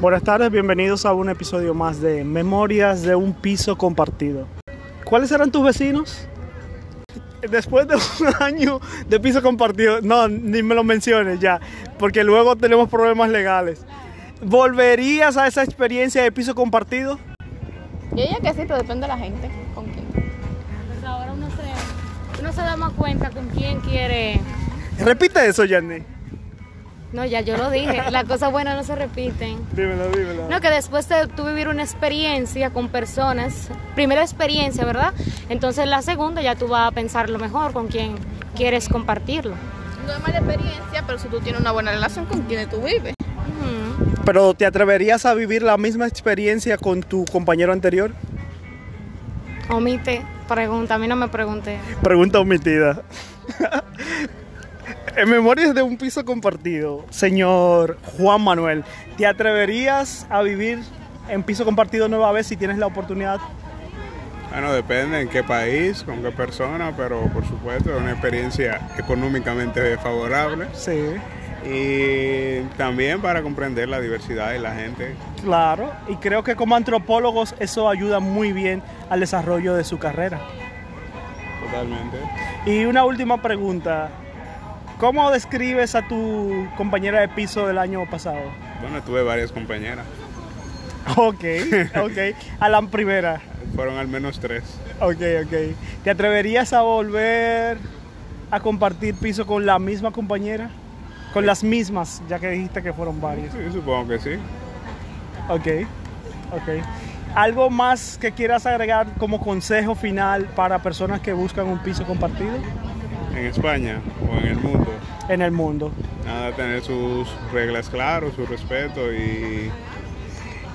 Buenas tardes, bienvenidos a un episodio más de Memorias de un piso compartido. ¿Cuáles eran tus vecinos? Después de un año de piso compartido, no, ni me lo menciones ya, porque luego tenemos problemas legales. ¿Volverías a esa experiencia de piso compartido? Yo diría que sí, pero depende de la gente con quién. Pues ahora uno se, uno se da más cuenta con quién quiere. Repite eso, Yanni. No, ya yo lo dije, las cosas buenas no se repiten. Dímelo, dímelo. No, que después de tú vivir una experiencia con personas, primera experiencia, ¿verdad? Entonces la segunda ya tú vas a pensar lo mejor con quién quieres compartirlo. No es mala experiencia, pero si tú tienes una buena relación con quienes tú vives. Ujú. ¿Pero te atreverías a vivir la misma experiencia con tu compañero anterior? Omite, pregunta, a mí no me pregunté. Pregunta omitida. en Memorias de un piso compartido, señor Juan Manuel, ¿te atreverías a vivir en piso compartido nueva vez si tienes la oportunidad? Bueno, depende en qué país, con qué persona, pero por supuesto es una experiencia económicamente favorable Sí, y también para comprender la diversidad de la gente. claro. Y creo que como antropólogos eso ayuda muy bien al desarrollo de su carrera. Totalmente. Y una última pregunta. ¿Cómo describes a tu compañera de piso del año pasado? Bueno, tuve varias compañeras, Ok, ok. Alan primera. fueron al menos tres. Ok, ok. ¿Te atreverías a volver a compartir piso con la misma compañera? Con las mismas, ya que dijiste que fueron varias. Sí, supongo que sí. Ok, ok. ¿Algo más que quieras agregar como consejo final para personas que buscan un piso compartido En España o en el mundo, en el mundo? nada, tener sus reglas claras, su respeto y,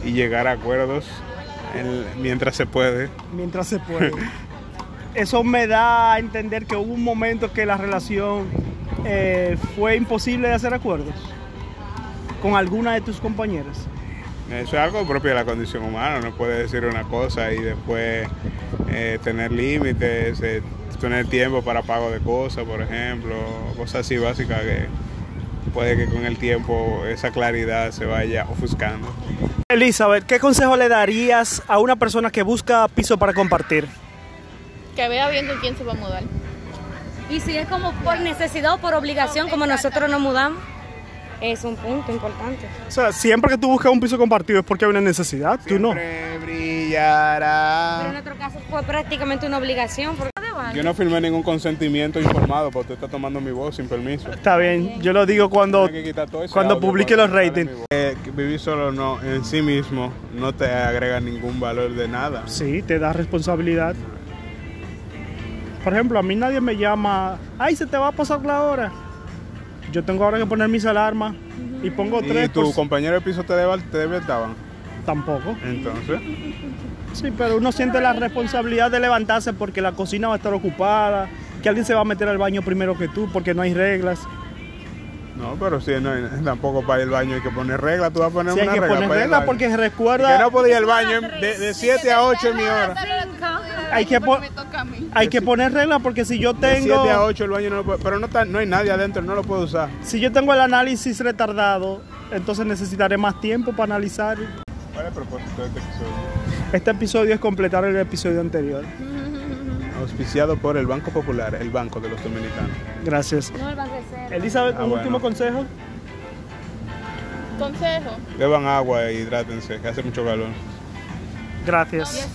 y llegar a acuerdos en- mientras se puede. Mientras se puede. Eso me da a entender que hubo un momento que la relación eh, fue imposible de hacer acuerdos con alguna de tus compañeras. Eso es algo propio de la condición humana, no puedes decir una cosa y después eh, tener límites, eh, tener tiempo para pago de cosas, por ejemplo, cosas así básicas que puede que con el tiempo esa claridad se vaya ofuscando. Elizabeth, ¿qué consejo le darías a una persona que busca piso para compartir? Que vea bien con quién se va a mudar. Y si es como por necesidad o por obligación, como nosotros nos mudamos, es un punto importante. O sea, siempre que tú buscas un piso compartido es porque hay una necesidad, Siempre Pero en brillará. nuestro caso fue prácticamente una obligación. Porque... Yo no firmé ningún consentimiento informado, porque usted está tomando mi voz sin permiso. Está bien, yo lo digo cuando, Tiene que quitar todo ese cuando audio publique los para que ratings. sale mi voz. Eh, que vivir solo no, en sí mismo no te agrega ningún valor de nada. Sí, te da responsabilidad. Por ejemplo, a mí nadie me llama, ay, se te va a pasar la hora. Yo tengo ahora que poner mis alarmas y pongo Y tres. tu por- compañero de piso te deba- te despertaban. Tampoco. Entonces, Sí, pero uno siente la responsabilidad de levantarse porque la cocina va a estar ocupada, que alguien se va a meter al baño primero que tú porque no hay reglas. no, pero si no, hay- tampoco para el baño hay que poner regla, tú vas a poner Sí, hay una que regla. poner para ir reglas al baño. porque Y recuerda, que no podía ir al baño en- de 7 a 8 en mi hora. Hay que po- Me toca a mí. hay que poner reglas porque si yo De 7 a tengo 8 el baño no lo puedo, pero no, está- no hay nadie adentro, no lo puedo usar. si yo tengo el análisis retardado, entonces necesitaré más tiempo para analizar. ¿Cuál es el propósito de este Este episodio es completar el episodio anterior. Auspiciado por el Banco Popular, el banco de los dominicanos. Gracias. No, el Banreserva. Elizabeth, Ah, un bueno. último consejo. Consejo. Beban agua e hidrátense, que hace mucho calor. Gracias.